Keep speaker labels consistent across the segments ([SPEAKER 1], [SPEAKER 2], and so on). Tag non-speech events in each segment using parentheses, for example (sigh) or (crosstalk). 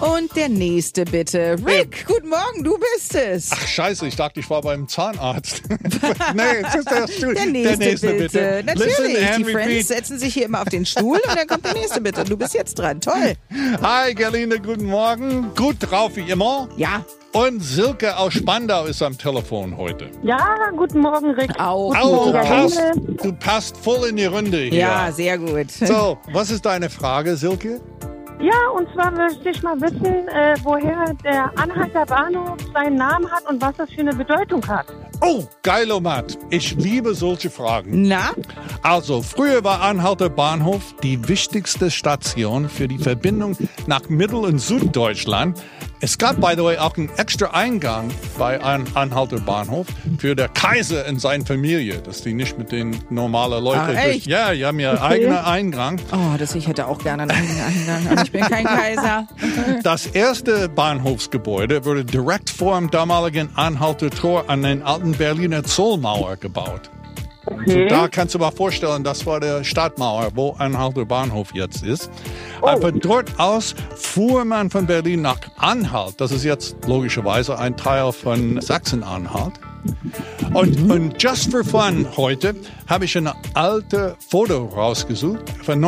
[SPEAKER 1] Und der nächste bitte. Rick, guten Morgen, du bist es.
[SPEAKER 2] Ach, scheiße, ich dachte, ich war beim (laughs) Zahnarzt. nee, das ist der Stuhl.
[SPEAKER 1] der nächste, bitte.
[SPEAKER 2] Listen
[SPEAKER 1] Natürlich,
[SPEAKER 2] and
[SPEAKER 1] die Friends
[SPEAKER 2] repeat.
[SPEAKER 1] setzen sich hier immer auf den Stuhl und dann kommt der nächste bitte. Du bist jetzt dran. Toll.
[SPEAKER 2] Hi, Gerlinde, guten Morgen. Gut drauf wie immer.
[SPEAKER 1] Ja,
[SPEAKER 2] Und Silke aus Spandau ist am Telefon heute.
[SPEAKER 3] Ja, guten Morgen, Rick.
[SPEAKER 1] auch.
[SPEAKER 2] Au, du,
[SPEAKER 3] Morgen,
[SPEAKER 2] passt,
[SPEAKER 3] Gerlinde.
[SPEAKER 2] du passt voll in die Runde hier.
[SPEAKER 1] Ja, sehr gut.
[SPEAKER 2] So, was ist deine Frage, Silke?
[SPEAKER 3] Ja, und zwar möchte ich mal wissen, äh, woher der Anhalter Bahnhof seinen Namen hat und was das für eine Bedeutung hat.
[SPEAKER 2] Oh, geilomat. Ich liebe solche Fragen.
[SPEAKER 1] Na,
[SPEAKER 2] Also, früher war Anhalter Bahnhof die wichtigste Station für die Verbindung nach Mittel- und Süddeutschland. Es gab, by the way, auch einen extra Eingang bei An Anhalter Bahnhof für der Kaiser und seine Familie, dass die nicht mit den normalen
[SPEAKER 1] Ah,
[SPEAKER 2] Leuten...
[SPEAKER 1] echt?
[SPEAKER 2] ja, die haben ihren eigenen Eingang.
[SPEAKER 1] oh, das ich hätte auch gerne einen eigenen Eingang, aber ich bin kein Kaiser.
[SPEAKER 2] Das erste Bahnhofsgebäude wurde direkt vor dem damaligen Anhalter Tor an den alten Berliner Zollmauer gebaut.
[SPEAKER 3] Okay.
[SPEAKER 2] Da kannst du mal vorstellen, das war der Stadtmauer, wo Anhalter Bahnhof jetzt ist. Aber dort aus fuhr man von Berlin nach Anhalt. Das ist jetzt logischerweise ein Teil von Sachsen-Anhalt. Und, und just for fun heute habe ich ein alte Foto rausgesucht von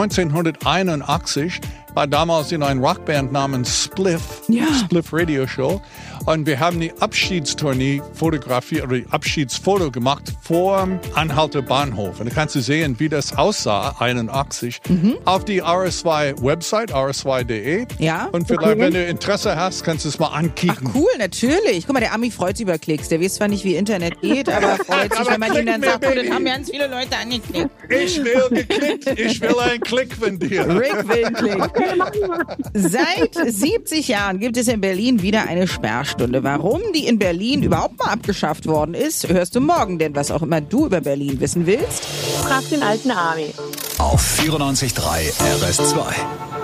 [SPEAKER 2] 1981. War damals in einer Rockband namens Spliff,
[SPEAKER 1] Ja.
[SPEAKER 2] Spliff Radio Show. Und wir haben die Abschiedstournee fotografiert, oder die Abschiedsfoto gemacht vor Anhalter Bahnhof. Und da kannst du sehen, wie das aussah, 81,
[SPEAKER 1] Mhm.
[SPEAKER 2] auf die RSY-Website, rsy.de.
[SPEAKER 1] Ja.
[SPEAKER 2] E. Und vielleicht, wenn du Interesse hast, kannst du es mal
[SPEAKER 1] Ach
[SPEAKER 2] ankicken.
[SPEAKER 1] cool, natürlich. Guck mal, der Ami freut sich über Klicks. Der weiß zwar nicht, wie Internet geht, aber freut sich,
[SPEAKER 2] Aber
[SPEAKER 1] wenn man ihm dann
[SPEAKER 2] klicken wir,
[SPEAKER 1] sagt, oh,
[SPEAKER 2] Baby.
[SPEAKER 1] dann haben ganz viele Leute angeklickt.
[SPEAKER 2] Ich will geklickt, ich will einen Klick von dir.
[SPEAKER 1] Rick will einen Klick. Seit 70 Jahren gibt es in Berlin wieder eine Sperrstunde. Warum die in Berlin überhaupt mal abgeschafft worden ist, hörst du morgen. Denn was auch immer du über Berlin wissen willst,
[SPEAKER 3] Frag den alten Army.
[SPEAKER 4] Auf 94.3 RS2.